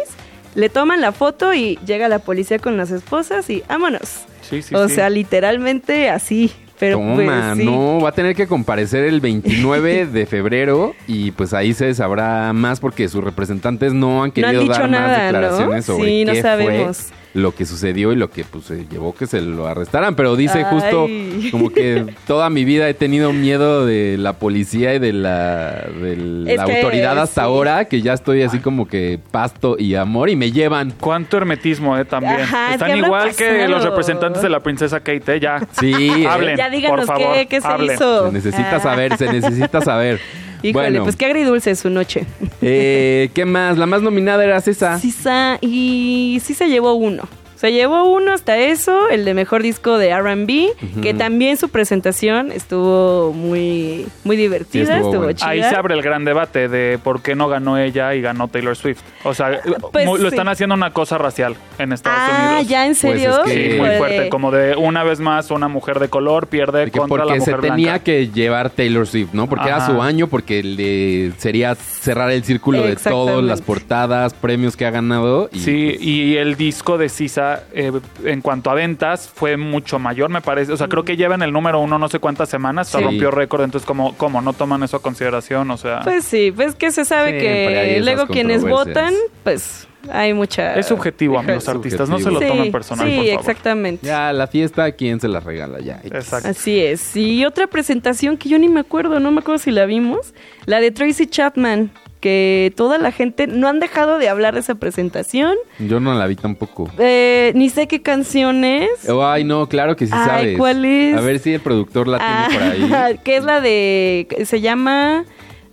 Le toman la foto y llega la policía con las esposas y vámonos.
Sí, sí,
o
sí.
sea, literalmente así. Pero pues,
Toma,
sí.
no, va a tener que comparecer el 29 de febrero y pues ahí se sabrá más porque sus representantes no han
No han
querido
dicho
dar más
nada, ¿no?
declaraciones sobre
Sí, no
qué
sabemos.
fue lo que sucedió y lo que pues se llevó que se lo arrestaran, pero dice
Ay.
justo como que toda mi vida he tenido miedo de la policía y de la de la
Es que,
autoridad hasta
sí.
ahora que ya estoy así como que pasto y amor y me llevan.
Cuánto hermetismo, eh, también.
Ajá, es
Están
que habrá
igual que
pasado.
los representantes de la princesa Kate, eh, ya.
Sí,
Hablen.
Ya díganos
por favor,
qué, qué se
hablen.
hizo.
se necesita
Ah,
saber, se necesita saber.
Híjole,
bueno,
pues qué agridulce es su noche.
Eh, ¿Qué más? La más nominada era César.
Sisa- y sí se llevó uno. Se llevó uno hasta eso, el de mejor disco de RB, que también su presentación estuvo muy, muy divertida,
Sí, estuvo
estuvo,
bueno.
chida.
Ahí se abre el gran debate de por qué no ganó ella y ganó Taylor Swift. O sea,
pues
mu- lo
sí.
están haciendo una cosa racial en Estados
ah,
Unidos.
ya en
Pues es
serio.
que-
Sí,
Eh,
muy
de-
fuerte. Como de una vez más una mujer de color pierde
De que
contra la
porque
mujer
se
blanca.
tenía que llevar Taylor Swift, ¿no? Porque era
Ajá.
su año, porque le sería cerrar el círculo de todas
Exactamente.
las portadas, premios que ha ganado. Y
Sí,
pues,
y el disco de Sisa, eh, en cuanto a ventas, fue mucho mayor, me parece. O sea, creo que lleva en el número uno no sé cuántas semanas, se
Sí.
rompió récord. Entonces, como cómo? ¿No toman eso a consideración? O sea,
Pues sí, pues que se sabe
Siempre hay
que
esas
luego quienes
controversias.
votan, pues hay mucha...
es subjetivo, amigos
Es
artistas. No se
subjetivo.
lo
eh, Sí,
tomen personal,
Sí,
por favor.
exactamente.
Ya, la fiesta, ¿quién se la regala? Ya.
Exacto.
Así es. Y otra presentación que yo ni me acuerdo, no me acuerdo si la vimos, la de Tracy Chapman, que toda la gente no han dejado de hablar de esa presentación.
Yo no la vi tampoco.
Eh, ni sé qué canción es.
Oh, ay, no, claro que sí
Ay,
sabes.
¿cuál es?
A ver si el productor la tiene por
Ah,
ahí.
que es la de. Se llama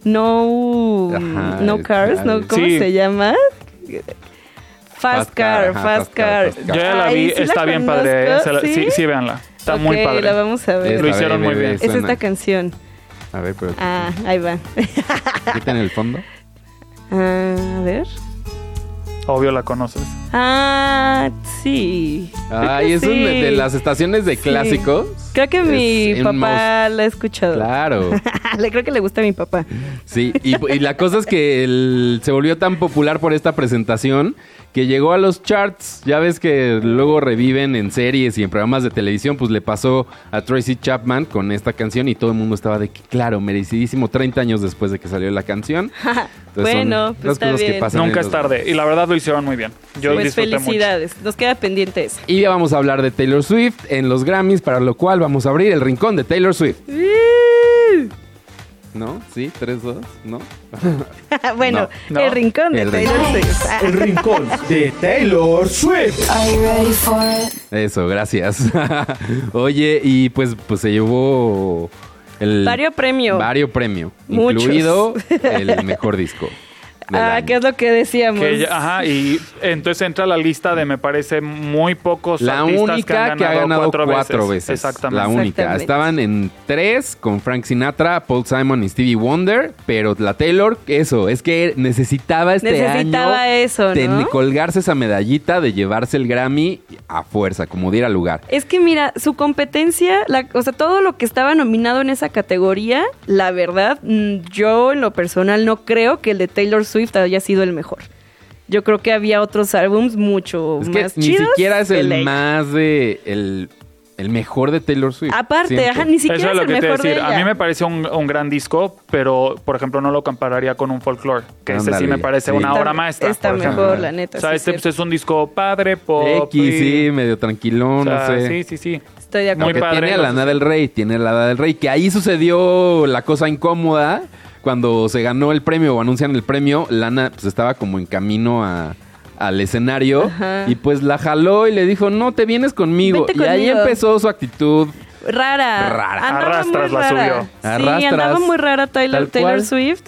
No.
Ajá,
no Cars,
es-
¿no? ¿Cómo
Sí.
se llama? Fast Car,
ajá,
Fast Car.
Yo ya la
Ay,
vi,
sí la
está bien
conozco,
padre. eh, se la- ¿Sí?
¿sí?
sí, véanla. Está muy
Ok,
padre.
la vamos a ver.
Lo hicieron muy bien.
Es esta canción.
A ver, pero
Ah, ahí va.
quiten el fondo.
Ah, a ver.
Obvio la conoces.
Ah, sí. Creo que
Ay, es
sí.
una de las estaciones de
Sí.
clásicos.
Creo que
Es
mi
un
papá la ha escuchado.
most- Claro.
Le creo que le gusta a mi papá.
Sí, y, y la cosa es que el- se volvió tan popular por esta presentación que llegó a los charts. Ya ves que luego reviven en series y en programas de televisión, pues le pasó a Tracy Chapman con esta canción y todo el mundo estaba de que, claro, merecidísimo 30 años después de que salió la canción. Entonces, son
bueno,
las
pues está
cosas que
bien.
pasan. Salen
Nunca
los
es tarde. Y la verdad lo hicieron muy bien. Yo
Pues
disfruté mucho.
felicidades. Nos queda pendiente eso.
Y ya vamos a hablar de Taylor Swift en los Grammys, para lo cual vamos a abrir el rincón de Taylor Swift. ¿No? ¿Sí? ¿Tres, dos? ¿No?
bueno,
No.
el
No.
rincón de
El
Taylor
rincón.
Swift. Ah,
El rincón de Taylor Swift.
Are you ready for it?
Eso, gracias. Oye, y pues, pues se llevó el...
Vario premio.
Vario premio.
Muchos.
Incluido el mejor disco. del
Ah,
año.
¿qué es lo que decíamos?
Que ella- ajá, y entonces entra a la lista de me parece muy pocos
La
artistas
única que ha ganado cuatro, veces. La
Exactamente.
única.
Exactamente.
Estaban en tres con Frank Sinatra, Paul Simon y Stevie Wonder, pero la Taylor, eso, es que necesitaba este
Necesitaba
año
eso,
de
¿no?
colgarse esa medallita, de llevarse el Grammy a fuerza, como diera lugar.
Es que mira, su competencia, la- o sea, todo lo que estaba nominado en esa categoría, la verdad, mm, yo en lo personal no creo que el de Taylor Swift haya sido el mejor. Yo creo que había otros álbums mucho
Es que
más
ni
chidos
siquiera es
que
el
de-
más de el, el mejor de Taylor Swift.
Aparte,
siento.
ajá, ni
Eso
siquiera
es
es,
lo
el
que te iba a
mejor de
decir. A
ella.
mí me parece un, un gran disco, pero por ejemplo no lo compararía con un folklore, que ese sí
Ándale,
me parece
sí.
una
Está-
obra maestra.
está
por ejemplo.
mejor, la neta,
O sea,
sí,
este pues,
cierto.
es un disco padre, pop.
X,
y-
sí, medio tranquilón,
Oh, o sea,
no sé.
Sí, sí, sí.
Estoy de
Muy
acuerdo.
Aunque
padre,
Tiene a
los-
Lana del Rey, tiene a Lana del Rey, que ahí sucedió la cosa incómoda cuando se ganó el premio o anuncian el premio, Lana pues estaba como en camino a- al escenario
Ajá.
y pues la jaló y le dijo, no te vienes conmigo.
Vente
y ahí
conmigo.
empezó su actitud.
Rara.
Rara.
Andaba
Arrastras
muy
la
rara.
subió.
Arrastras.
Sí, andaba muy rara Taylor,
Tal
Taylor
cual.
Swift.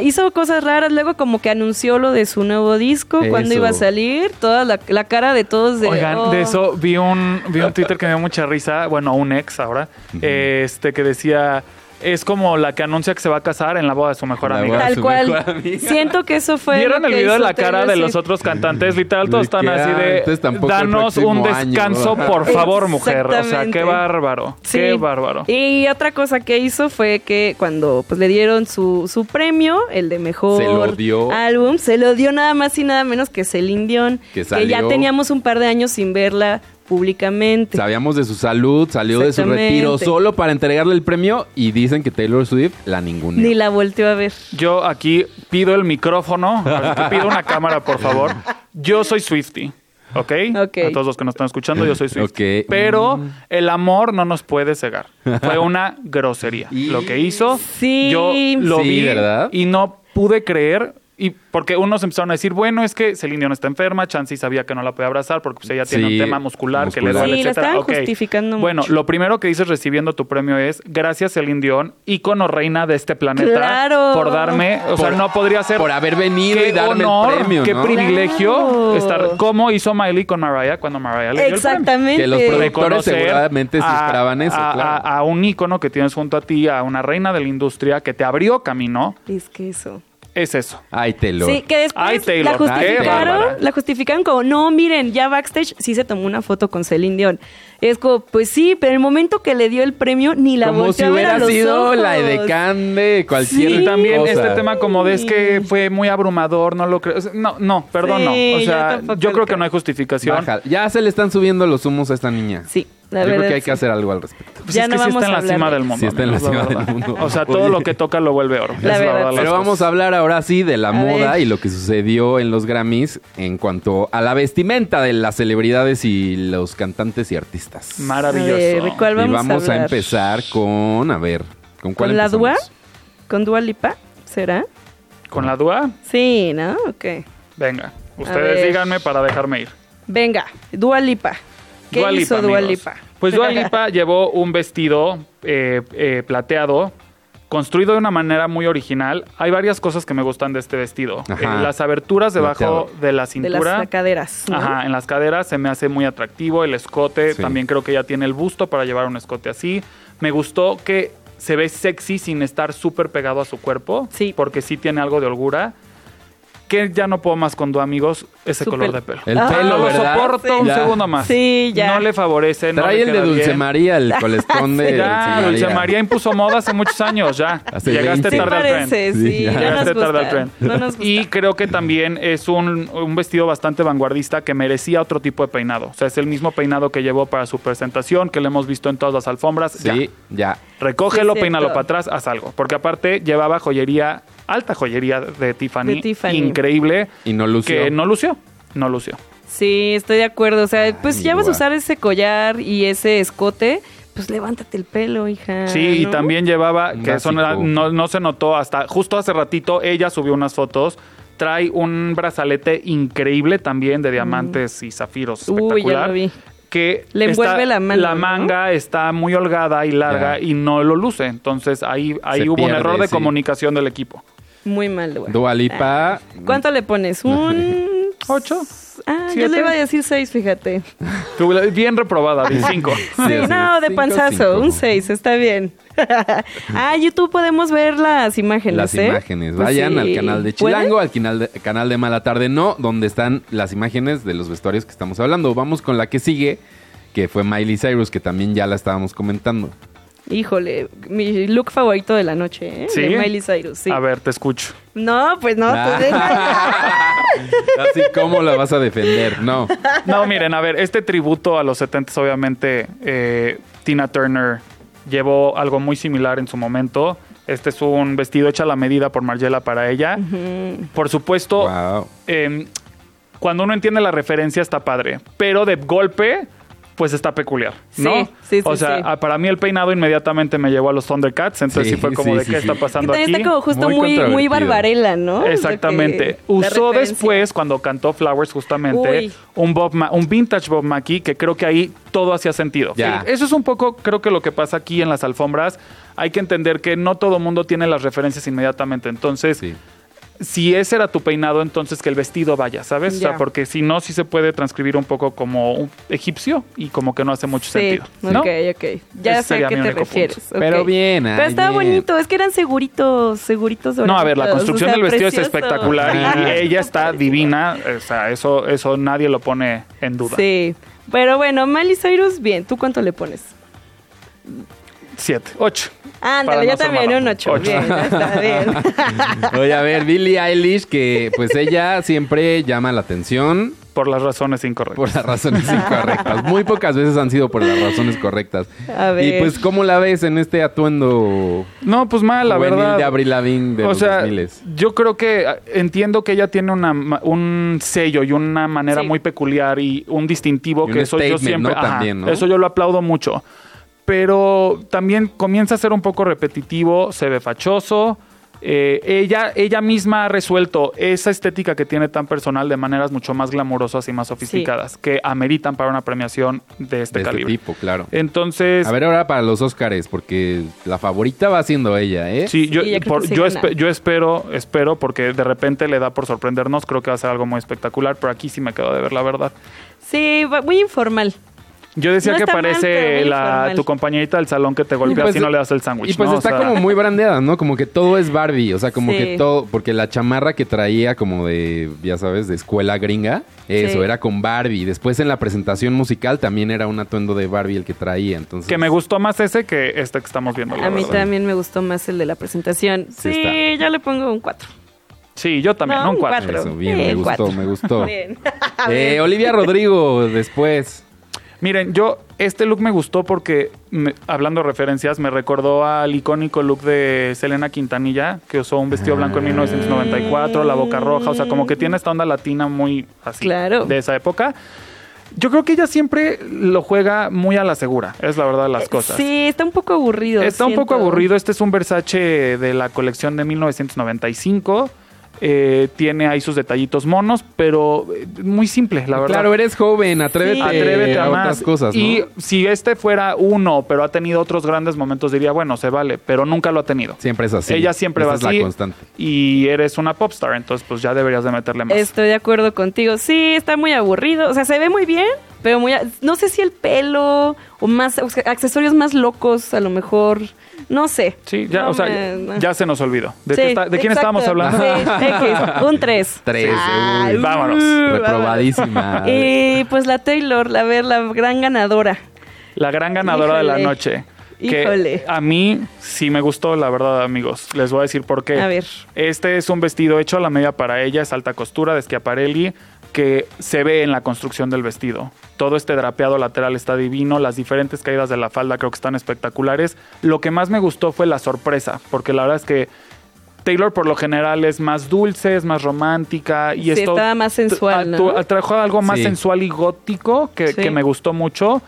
Hizo cosas raras, luego como que anunció lo de su nuevo disco,
Eso.
cuando iba a salir, toda la, la cara de todos de...
Oigan,
"Oh".
de eso vi un, vi un Twitter que me dio mucha risa, bueno, un ex ahora, este que decía, es como la que anuncia que se va a casar en la boda de su mejor
La
amiga.
boda.
Tal
su mejor
cual.
amiga.
Siento que eso fue...
¿Vieron
lo
el
que
video de
hizo
la cara
Taylor
de los
Swift.
otros cantantes? Literal,
De
todos están
que,
así
ah, entonces
de.
tampoco el
Danos
próximo
un
año".
descanso, por favor, mujer. O sea,
Exactamente.
qué bárbaro.
Sí.
Qué bárbaro.
Y otra cosa que hizo fue que cuando pues, le dieron su, su premio, el de mejor
Se lo dio.
álbum, se lo dio nada más y nada menos que Celine Dion,
Que salió.
ya teníamos un par de años sin verla públicamente.
Sabíamos de su salud, salió de su
Exactamente.
retiro solo para entregarle el premio y dicen que Taylor Swift la ninguna.
Ni la volteó a ver.
Yo aquí pido el micrófono, así que pido una cámara, por favor. Yo soy Swifty. ¿Ok?
Ok.
A todos los que nos están escuchando, yo soy Swifty.
Ok.
Pero el amor no nos puede cegar. Fue una grosería. Lo que hizo,
Sí.
yo lo
Sí,
vi
¿verdad?
y no pude creer. Y porque unos empezaron a decir, bueno, es que Celine Dion está enferma, Chansey sabía que no la puede abrazar porque pues, ella tiene
Sí,
un tema muscular, que le
muscular.
duele,
Sí, la
etcétera.
estaban
Ok.
justificando
Bueno,
mucho.
lo primero que dices recibiendo tu premio es, gracias Celine Dion, ícono reina de este planeta,
Claro.
por darme, o sea,
Por-
no podría ser
Por haber venido y
qué
darme
honor,
el premio,
qué
¿no?
privilegio
Claro.
estar. ¿Cómo hizo Miley con Mariah cuando Mariah le dio el premio?
Exactamente.
Que los productores
Reconocer
seguramente sí esperaban eso,
a,
claro.
a- a un ícono que tienes junto a ti, a una reina de la industria que te abrió camino,
Es que eso.
es eso.
Ay, Taylor.
Sí, que después
Ay, Taylor,
la
qué
justificaron,
bárbara.
la justificaron como, no, miren, ya backstage sí se tomó una foto con Celine Dion. Es como, pues sí, pero el momento que le dio el premio ni la
Como
volteó
si
a ver a
hubiera
los
sido
ojos.
la edecán de cualquier
Sí.
Y también
cosa.
este tema como de es que fue muy abrumador, no lo creo. No, no, perdón,
Sí,
no. O
yo
sea, yo,
tampoco
creo
lo
que no hay justificación.
Baja. Ya se le están subiendo los humos a esta niña.
Sí, la
Yo
verdad.
creo que hay
sí.
que hacer algo al respecto.
Pues
Ya
es
no
que sí
vamos
está en
a
la
hablar
cima
de
del
eso.
mundo.
Sí está en la
amigos,
cima
verdad.
del mundo.
O sea,
Oye.
todo lo que toca lo vuelve oro.
La
Es
verdad.
verdad, las
Pero vamos a
cosas.
hablar ahora sí de la
A
moda
ver.
y lo que sucedió en los Grammys en cuanto a la vestimenta de las celebridades y los cantantes y artistas.
Maravilloso.
A ver, ¿de cuál vamos,
y vamos a,
hablar?
empezar con, a ver, ¿con cuál
¿Con la
empezamos?
Dua? ¿Con Dua Lipa? ¿Será?
¿Con la DUA?
Sí, ¿no? Ok.
Venga.
ver.
Ustedes díganme para dejarme ir.
Venga, Dua Lipa. ¿Qué
Dua Lipa,
hizo Dua
amigos.
Lipa?
Pues Dua Lipa llevó un vestido eh, eh, plateado construido de una manera muy original. Hay varias cosas que me gustan de este vestido.
Ajá.
Eh, las aberturas debajo
Plateado.
de la
de
cintura.
las caderas. ¿no?
Ajá, en las caderas se me hace muy atractivo. El escote,
Sí.
también creo que ya tiene el busto para llevar un escote así. Me gustó que se ve sexy sin estar súper pegado a su cuerpo.
Sí.
Porque sí tiene algo de holgura. Que ya no puedo más con tu amigos ese
Su
color
pelo.
de pelo.
El
Ah,
pelo,
No lo
¿verdad?
soporto un
Ya.
segundo más.
Sí, ya.
No le favorece. no
Trae
le
el de
queda
Dulce
bien.
María, el colestón de
Ya, Dulce María impuso moda hace muchos años, ya.
Hace 20.
Llegaste
Sí
tarde al tren.
parece, sí.
Sí, ya.
no
Llegaste
nos
tarde al
gusta,
tren.
No nos gusta.
Y creo que también es un, un vestido bastante vanguardista que merecía otro tipo de peinado. O sea, es el mismo peinado que llevó para su presentación, que le hemos visto en todas las alfombras.
Sí,
Ya.
ya.
Recógelo,
Sí, es
peínalo
cierto.
para atrás, haz algo. Porque aparte llevaba joyería, alta joyería de Tiffany.
De Tiffany.
Increíble.
Y no lució.
Que no lució. No lució.
Sí, estoy de acuerdo. O sea, pues ya vas a
guau.
usar ese collar y ese escote, pues levántate el pelo, hija.
Sí, y
¿no?
también llevaba,
Un
que eso no,
básico.
no- no se notó hasta, justo hace ratito ella subió unas fotos, trae un brazalete increíble también de diamantes y zafiros.
Uy, ya
Espectacular,
lo vi.
Que
Le
está-
envuelve la mano, ¿no?
manga está muy holgada y larga
Ya.
y no lo luce. Entonces ahí, ahí
Se
hubo
pierde,
un error de
sí.
comunicación del equipo.
Muy mal, güey.
Dualipa.
¿Cuánto le pones? Un.
Ocho.
Ah, yo
¿Siete?
le iba a decir seis, fíjate.
Tú, Bien reprobada, de cinco.
Sí, no, de
Cinco,
panzazo,
cinco.
un 6, está bien. ah, YouTube podemos ver las imágenes,
Las
¿eh?
imágenes. Vayan
Sí.
al canal de
¿Pueden?
Chilango, al canal de, canal de Mala Tarde No, donde están las imágenes de los vestuarios que estamos hablando. Vamos con la que sigue, que fue Miley Cyrus, que también ya la estábamos comentando.
Híjole, mi look favorito de la noche, ¿eh?
¿Sí?
De Miley Cyrus, sí.
A ver, te escucho.
No, pues no,
Ah.
tú deja-
Así, ¿cómo la vas a defender? No.
No, miren, a ver, este tributo a los 70s, obviamente, eh, Tina Turner llevó algo muy similar en su momento. Este es un vestido hecho a la medida por Margiela para ella. Por supuesto,
Wow.
eh, cuando uno entiende la referencia está padre, pero de golpe, pues está peculiar,
Sí,
¿no?
sí, sí,
o sea,
sí.
ah, para mí el peinado inmediatamente me llevó a los Thundercats, entonces
Sí,
sí, fue como
sí,
de
sí,
qué
sí.
está
Que
pasando
también
aquí.
está como justo
muy
muy, muy
controvertido.
barbarela, ¿no?
Exactamente.
Lo que- la
Usó
referencia.
después, cuando cantó Flowers, justamente,
Uy.
un Bob Ma- un vintage Bob Mackie, que creo que ahí todo hacía sentido.
Ya.
Sí, Eso es un poco, creo que lo que pasa aquí en las alfombras. Hay que entender que no todo mundo tiene las referencias inmediatamente. Entonces,
Sí.
si ese era tu peinado, entonces que el vestido vaya, ¿sabes? O
Ya.
sea, porque si no, sí se puede transcribir un poco como un egipcio y como que no hace mucho
Sí,
sentido. ¿no?
ok, ok. Ya sé
Ese sería
a qué
mi
te
único punto.
refieres. ok.
Pero bien, ay,
Pero estaba
bien.
bonito, es que eran seguritos, seguritos.
No, a ver, la
doraditos,
construcción
o sea,
del vestido
precioso.
es espectacular y
Ah.
Ajá.
ella está divina. O sea, eso, eso nadie lo pone en duda.
Sí. Pero bueno, Miley Cyrus, bien. ¿Tú cuánto le pones?
Siete, ocho. Para
Ándale,
no
yo
ser
también
malo.
un 8.
Ocho.
Bien, está bien.
Oye, a ver, Billie Eilish, que pues ella siempre llama la atención
Por las razones incorrectas.
por las razones incorrectas. Muy pocas veces han sido por las razones correctas.
A ver.
Y pues, ¿cómo la ves en este atuendo
No, pues mal, la
juvenil
verdad.
de Avril Lavigne de
o
los
sea,
2000?
yo creo que ah, entiendo que ella tiene una, ma- un sello y una manera
Sí.
muy peculiar y un distintivo
Y
que
un
eso yo
statement,
siempre.
¿no? También, ¿no?
Eso yo lo aplaudo mucho. Pero también comienza a ser un poco repetitivo, se ve fachoso. Eh, ella, ella misma ha resuelto esa estética que tiene tan personal de maneras mucho más glamurosas y más sofisticadas que ameritan para una premiación de este
De este
calibre.
tipo, claro.
Entonces,
A ver, ahora para los Óscares, porque la favorita va siendo ella, ¿eh?
Sí, yo,
Sí, yo creo
por-
que sí
yo,
gana.
espe- yo espero, espero, porque de repente le da por sorprendernos, creo que va a ser algo muy espectacular, pero aquí sí me quedo de ver la verdad.
Sí, va- muy informal.
Yo decía
No
que
está mal, pero
parece
muy
la-
informal.
tu compañerita del salón que te
Y
golpea
pues-
si no le das el sándwich.
Y pues
¿no? O
está
sea,
como muy brandeada, ¿no? Como que todo es Barbie. O sea, como
Sí.
que todo. Porque la chamarra que traía, como de, ya sabes, de escuela gringa, eso,
Sí.
era con Barbie. Después en la presentación musical también era un atuendo de Barbie el que traía. Entonces.
Que me gustó más ese que este que estamos viendo. la
A mí
verdad.
también me gustó más el de la presentación.
Sí
Sí,
está.
yo le pongo un 4.
Sí, yo también,
No,
¿no? un
un
cuatro.
cuatro.
Eso, bien,
Sí,
me gustó,
cuatro.
me
Oh,
gustó.
Bien.
Eh, Olivia Rodrigo, después.
Miren, yo este look me gustó porque, me- hablando de referencias, me recordó al icónico look de Selena Quintanilla, que usó un vestido blanco en 1994, la boca roja, o sea, como que tiene esta onda latina muy así
Claro.
de esa época. Yo creo que ella siempre lo juega muy a la segura, es la verdad de las cosas.
Eh, Sí, está un poco aburrido.
Está un
siento.
poco aburrido. Este es un Versace de la colección de 1995. eh, tiene ahí sus detallitos monos, pero eh, muy simple, la verdad.
Claro, eres joven, atrévete,
Sí.
Atrévete a,
Eh, a,
más.
otras cosas, ¿no?
Y si este fuera uno, pero ha tenido otros grandes momentos, diría, bueno, se vale, pero nunca lo ha tenido.
Siempre es así.
Ella siempre
Esa
va
es
así.
la constante.
Y eres una popstar, entonces pues ya deberías de meterle más.
Estoy de acuerdo contigo. Sí, está muy aburrido. O sea, se ve muy bien, pero muy. a- No sé si el pelo o más o sea, accesorios más locos, a lo mejor. No sé.
Sí, ya,
No
o sea,
me- no.
ya se nos olvidó. ¿De,
Sí,
qué está- de quién
exacto.
estábamos hablando?
Sí, X, un 3.
Tres, uy,
vámonos.
Ah, uh,
Reprobadísima. Eh,
Y pues la Taylor, la ver, la gran ganadora.
La gran ganadora de
Híjole.
la noche. Que
Híjole.
a mí sí me gustó, la verdad, amigos. Les voy a decir por qué.
A ver.
Este es un vestido hecho a la media para ella, es alta costura de Schiaparelli, que se ve en la construcción del vestido. Todo este drapeado lateral está divino, las diferentes caídas de la falda creo que están espectaculares. Lo que más me gustó fue la sorpresa, porque la verdad es que Taylor por lo general es más dulce, es más romántica y
Sí,
esto
estaba más sensual,
atu-
¿no?
trajo algo más
Sí.
sensual y gótico que,
Sí.
que me gustó mucho.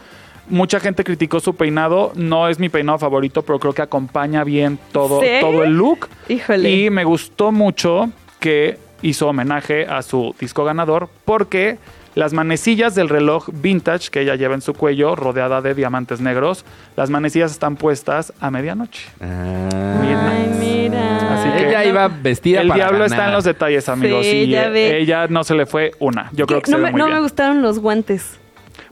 Mucha gente criticó su peinado, no es mi peinado favorito, pero creo que acompaña bien todo,
¿Sí?
todo el look.
Híjole.
Y me gustó mucho que hizo homenaje a su disco ganador porque las manecillas del reloj vintage que ella lleva en su cuello, rodeada de diamantes negros, las manecillas están puestas a medianoche.
Eh,
Ah.
Ay, mira.
Así que-
Ella iba vestida
el
para
diablo
ganar.
está en los detalles, amigos.
Sí,
y
ya
eh,
ve.
ella no se le fue una. Yo creo que
no
se ve
me,
muy
no
bien.
me gustaron los guantes.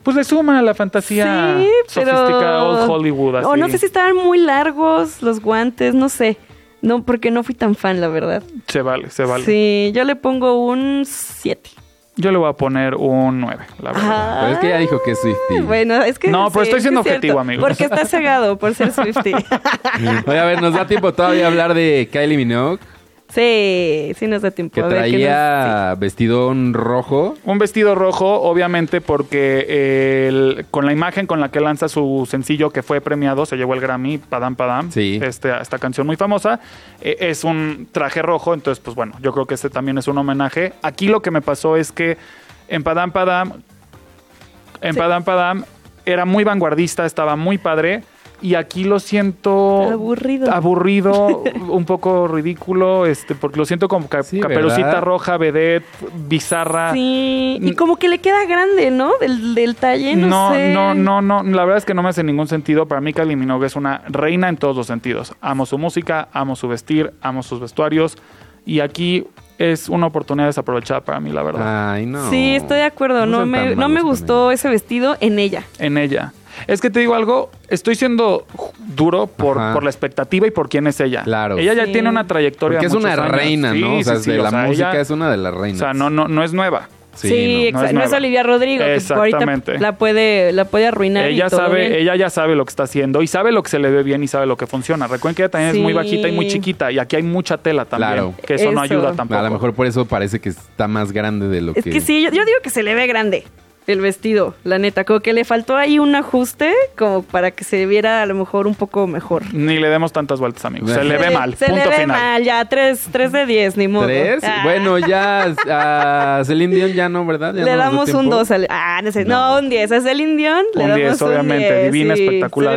Pues le suma la fantasía
sí, pero.
sofisticada old Hollywood. Así.
O no sé si estaban muy largos los guantes, no sé. No, porque no fui tan fan, la verdad.
Se vale, se vale.
Sí, yo le pongo un 7.
Yo le voy a poner un 9, la verdad.
Pero es que ella dijo que es Swiftie.
Ah. Bueno, es que.
No, pero estoy
es
siendo
que es
objetivo, amigos.
Porque está cegado por ser Swifty.
Oye, a ver, nos da tiempo todavía a hablar de Kylie Minogue,
sí, sí nos da tiempo.
que
a ver qué nos-
traía vestidón rojo.
Un vestido rojo, obviamente, porque el- con la imagen con la que lanza su sencillo que fue premiado, se llevó el Grammy, Padam Padam,
Sí.
este, esta canción muy famosa, eh, es un traje rojo, entonces, pues bueno, yo creo que este también es un homenaje. Aquí lo que me pasó es que en Padam Padam, en
Sí.
Padam Padam, era muy vanguardista, estaba muy padre. Y aquí lo siento
Aburrido.
aburrido, un poco ridículo, este, porque lo siento como ca-
Sí,
caperucita
¿verdad?
roja, vedette, bizarra.
Sí, y
Mm.
como que le queda grande, ¿no? Del, del talle, no,
No,
sé.
no, no, no, la verdad es que no me hace ningún sentido. Para mí Kylie Minogue es una reina en todos los sentidos. Amo su música, amo su vestir, amo sus vestuarios y aquí es una oportunidad desaprovechada para mí, la verdad,
Ay, no.
Sí, estoy de acuerdo. No,
sean tan
me, no
malos
me
con
gustó ese vestido en ella.
en ella. Es que te digo algo, estoy siendo ju- duro por,
Ajá.
por la expectativa y por quién es ella.
Claro.
Ella ya
Sí.
tiene una trayectoria.
Porque
de
es una
muchos años.
reina,
Sí,
¿no? O sea,
sí, sí,
de
o
la
sea,
música
ella-
es una de las
O
reinas.
sea, no, no, no es nueva.
Sí,
no.
exacto.
no es
No, es
nueva.
Olivia Rodrigo, que
Exactamente.
ahorita la puede, la puede arruinar. y
Ella
todo bien.
sabe, ella ya sabe lo que está haciendo y sabe lo que se le ve bien y sabe lo que funciona. Recuerden que ella también
Sí.
es muy bajita y muy chiquita y aquí hay mucha tela también,
Claro.
que eso, no
Eso.
ayuda tampoco.
A lo mejor por eso parece que está más grande de lo
Es
que...
que sí, yo, yo digo que se le ve grande el vestido, la neta. Como que le faltó ahí un ajuste como para que se viera a lo mejor un poco mejor.
Ni le demos tantas vueltas, amigos. Se le ve mal.
Se
punto
le ve
final.
mal, ya. 3 de 10, ni modo.
¿Tres?
Ah.
Bueno, ya a Celine Dion ya no, ¿verdad? Ya
le
no nos dio
damos un
tiempo.
2 al. Ah, no sé. No,
No.
un 10. Es el Indión. Le
Un
damos
10,
un
obviamente.
10,
Divina,
sí,
espectacular,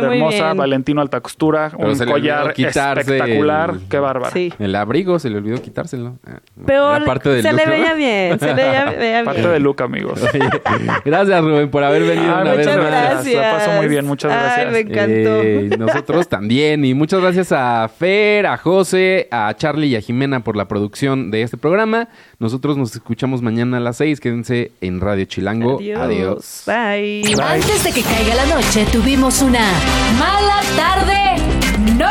se ve muy
hermosa.
bien.
Valentino alta costura.
Pero se
un
le olvidó
collar
quitarse
espectacular.
el-
Qué bárbaro.
Sí.
El abrigo se le olvidó quitárselo. Ah, bueno,
Pero
era parte del
se le
look, ¿no?
veía bien. Se le veía, veía bien.
Parte de Luca, amigos.
Oye, gracias, Rubén, por haber venido
Ay,
una vez
Ah, Muchas
más.
gracias.
gracias.
La paso muy bien, muchas gracias.
Ay, me encantó.
Eh, nosotros también. Y muchas gracias a Fer, a José, a Charlie y a Jimena por la producción de este programa. Nosotros nos escuchamos mañana a las 6. Quédense en Radio Chilango. Adiós.
Bye.
Antes de que caiga la noche, tuvimos una mala tarde. ¡No!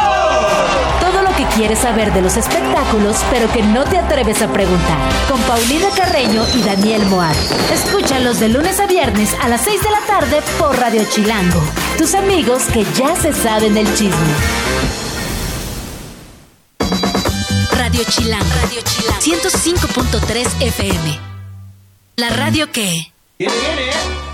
Todo lo que quieres saber de los espectáculos, pero que no te atreves a preguntar. Con Paulina Carreño y Daniel Moat. Escúchalos de lunes a viernes a las 6 de la tarde por Radio Chilango. Tus amigos que ya se saben del chisme. Radio Chilango. Radio Chilango. 105.3 FM. La radio que...
Viene, viene.